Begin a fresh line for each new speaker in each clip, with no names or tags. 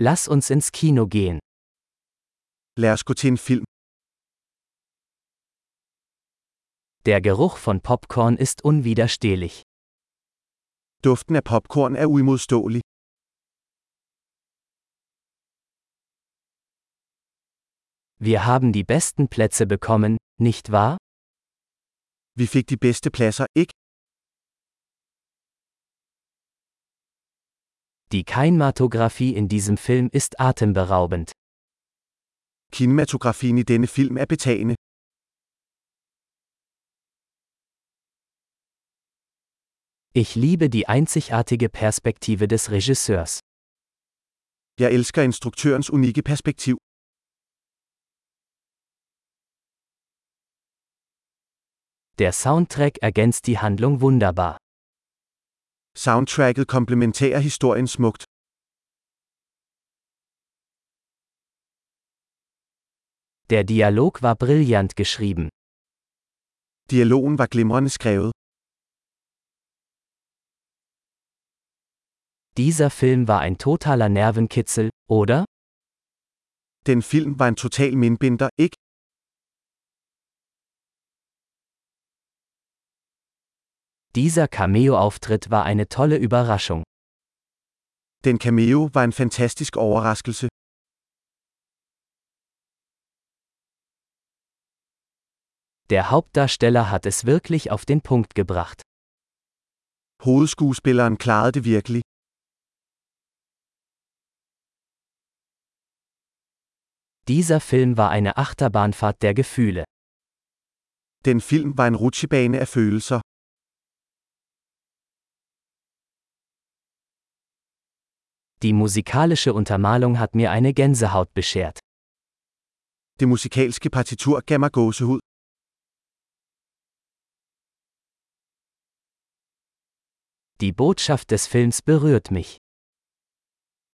Lass uns ins Kino gehen.
Lad os gå til en film.
Der Geruch von Popcorn ist unwiderstehlich.
Duften af popcorn er uimodståelig.
Wir haben die besten Plätze bekommen, nicht wahr?
Vi fik de bedste pladser, ikke?
Die Kinematographie in diesem Film ist atemberaubend.
Kinematografien i denne film er betagende.
Ich liebe die einzigartige Perspektive des Regisseurs.
Jeg elsker instruktørens unikke perspektiv.
Der Soundtrack ergänzt die Handlung wunderbar.
Soundtracket komplementerer historien smukt.
Der Dialog war brillant geschrieben.
Dialogen var glimrende skrevet.
Dieser Film war ein totaler Nervenkitzel, oder?
Den film var en total mindbinder, ikke?
Dieser Cameo-Auftritt war eine tolle Überraschung.
Den cameo var en fantastisk overraskelse.
Der Hauptdarsteller hat es wirklich auf den Punkt gebracht.
Hovedskuespilleren klarede det virkelig.
Dieser Film war eine Achterbahnfahrt der Gefühle.
Den film var en rutsjebane af følelser.
Die musikalische Untermalung hat mir eine Gänsehaut beschert.
Det musikalske partitur gav mig gåsehud.
Die Botschaft des Films berührt mich.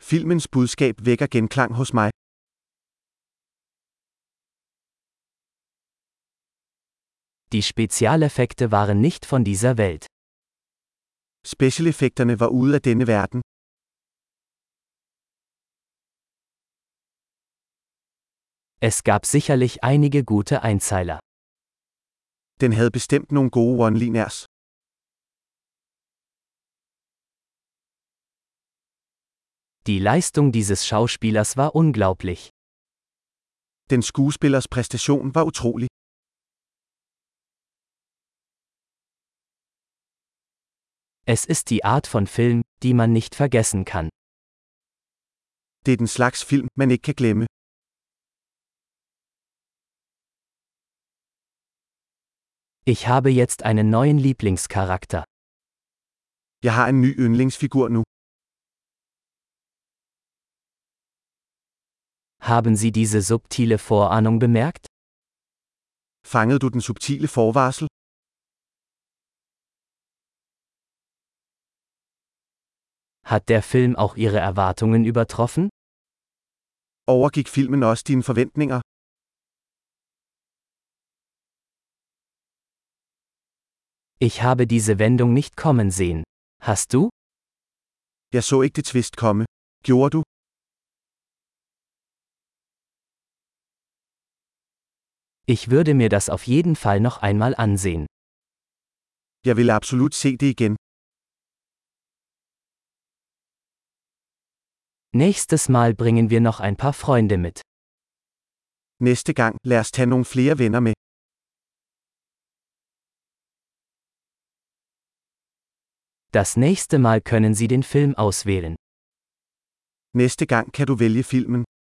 Filmens budskab vækker genklang hos mig.
Die Spezialeffekte waren nicht von dieser Welt.
Specialeffekterne var ude af denne verden.
Es gab sicherlich einige gute Einzeiler.
Den havde bestemt nogle gode one-liners.
Die Leistung dieses Schauspielers war unglaublich.
Den skuespillers præstation var utrolig.
Es ist die Art von Film, die man nicht vergessen kann.
Det er den slags film, man ikke kan glemme.
Ich habe jetzt einen neuen Lieblingscharakter.
Jeg har en ny yndlingsfigur nu.
Haben Sie diese subtile Vorahnung bemerkt?
Fangede du den subtile forvarsel?
Hat der Film auch Ihre Erwartungen übertroffen?
Overgik filmen også dine forventninger?
Ich habe diese Wendung nicht kommen sehen. Hast du?
Jeg så ikke det twist komme. Gjorde du?
Ich würde mir das auf jeden Fall noch einmal ansehen.
Jeg vil absolut se det igen.
Nächstes Mal bringen wir noch ein paar Freunde mit.
Næste gang, lad os tage nogle flere venner med.
Das nächste Mal können Sie den Film auswählen.
Næste gang kan du vælge filmen.